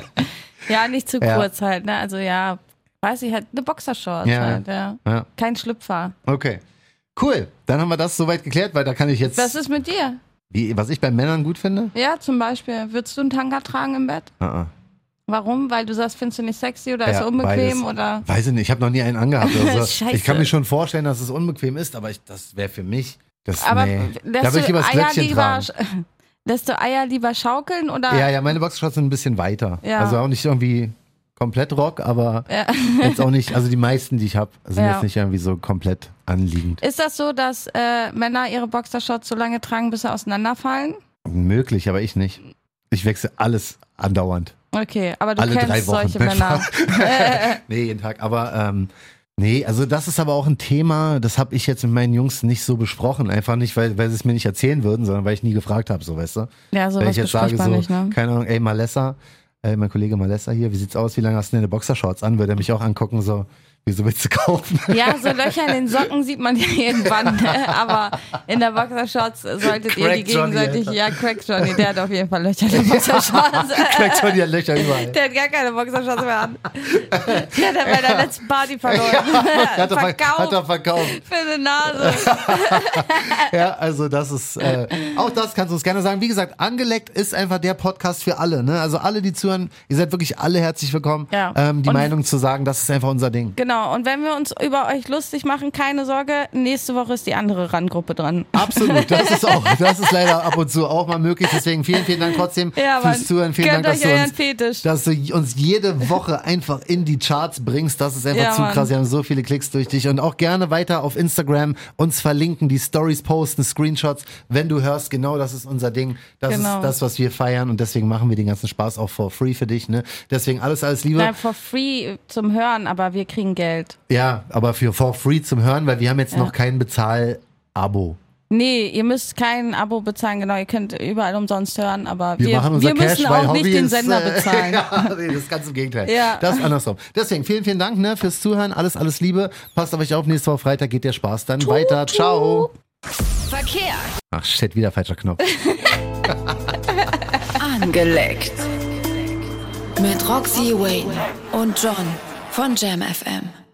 Ja, nicht zu
Ja.
kurz halt, ne? Also ja, weiß ich halt, eine Boxershort
Ja.
halt, ja.
Ja,
Kein Schlüpfer.
okay. Cool, dann haben wir das soweit geklärt, weil da kann ich jetzt,
Was ist mit dir?
wie, was ich bei Männern gut finde.
Ja, zum Beispiel, würdest du einen Tanga tragen im Bett?
Ah, ah.
Warum? Weil du sagst, findest du nicht sexy oder ist
Ja,
er
beides.
unbequem oder?
Weiß ich nicht, ich habe noch nie einen angehabt.
[laughs]
Also,
Scheiße.
ich kann mir schon vorstellen, dass es unbequem ist, aber ich, das wäre für mich, das,
Aber
nee. Da
lässt
will ich
du
lieber das
Eier
Glöckchen
lieber
tragen.
[laughs] lässt du Eier lieber schaukeln oder?
Ja, ja, meine Boxershorts sind ein bisschen weiter.
Ja.
Also auch nicht irgendwie komplett Rock, aber
Ja. [laughs]
jetzt auch nicht, also die meisten, die ich habe, sind
Ja.
jetzt nicht irgendwie so komplett anliegend.
Ist das so, dass äh, Männer ihre Boxershorts so lange tragen, bis sie auseinanderfallen?
Möglich, aber ich nicht. Ich wechsle alles andauernd.
Okay, aber du
Alle drei
kennst
Wochen. [laughs]
solche Männer.
Nee, jeden Tag. Aber ähm, nee, also das ist aber auch ein Thema, das habe ich jetzt mit meinen Jungs nicht so besprochen. Einfach nicht, weil, weil sie es mir nicht erzählen würden, sondern weil ich nie gefragt habe, so weißt du.
Ja,
Wenn
sowas
ich jetzt
bespricht
sage, so,
man nicht, ne?
keine Ahnung, ey Malessa, äh, mein Kollege Malessa hier, wie sieht's aus? Wie lange hast du denn deine Boxershorts an? Würde er mich auch angucken, so, wieso willst du kaufen? [laughs]
Ja, so Löcher in den Socken sieht man ja [laughs] irgendwann, ne? aber in der Boxershorts solltet ihr die
Crack Johnny,
gegenseitig.
Alter.
ja, Crack Johnny, der hat auf jeden Fall Löcher in den Boxershorts.
[laughs] Kriegt schon die Löcher überall.
der hat gar keine Boxershorts mehr an. Der hat er bei der
[laughs]
letzten Party verloren. [laughs]
Hat er, ver-
Verkauft
hat er verkauft.
für eine Nase.
Ja, also das ist, äh, auch das kannst du uns gerne sagen. Wie gesagt, Angeleckt ist einfach der Podcast für alle. Ne? Also alle, die zuhören, ihr seid wirklich alle herzlich willkommen,
Ja.
ähm, die
Und-
Meinung zu sagen, das ist einfach unser Ding.
Genau, und wenn wir uns über euch lustig machen, keine Sorge, nächste Woche ist die andere
[laughs]
Randgruppe dran.
Absolut, das ist auch, das ist leider ab und zu auch mal möglich. Deswegen vielen, vielen Dank trotzdem
Ja, Mann.
fürs Zuhören. Vielen
Gönnt
Dank, dass
euch
du,
euren
uns,
Fetisch.
dass du uns jede Woche einfach in die Charts bringst. Das ist einfach
Ja,
zu
Mann.
krass. Wir haben so viele Klicks durch dich. Und auch gerne weiter auf Instagram uns verlinken, die Stories posten, Screenshots, wenn du hörst. Genau, das ist unser Ding. Das
Genau.
ist das, was wir feiern. Und deswegen machen wir den ganzen Spaß auch for free für dich. Ne? Deswegen alles, alles Liebe.
Nein, for free zum Hören, aber wir kriegen Geld.
Ja, aber für for free zum Hören, weil wir haben jetzt noch kein Bezahl-Abo.
Nee, ihr müsst kein Abo bezahlen, genau, ihr könnt überall umsonst hören, aber
Wir,
wir,
machen unser
wir
Cash,
müssen
weil
auch
Hobby
nicht den
ist,
Sender
äh, [laughs]
bezahlen.
ja, nee, das ist ganz im Gegenteil.
Ja.
Das ist andersrum. Deswegen vielen, vielen Dank ne, fürs Zuhören. Alles, alles Liebe. Passt auf euch auf. Nächste Woche Freitag geht der Spaß dann weiter. Ciao.
Verkehr.
Ach shit, wieder falscher Knopf.
Angeleckt. Mit Roxy Wayne und John von Jam FM.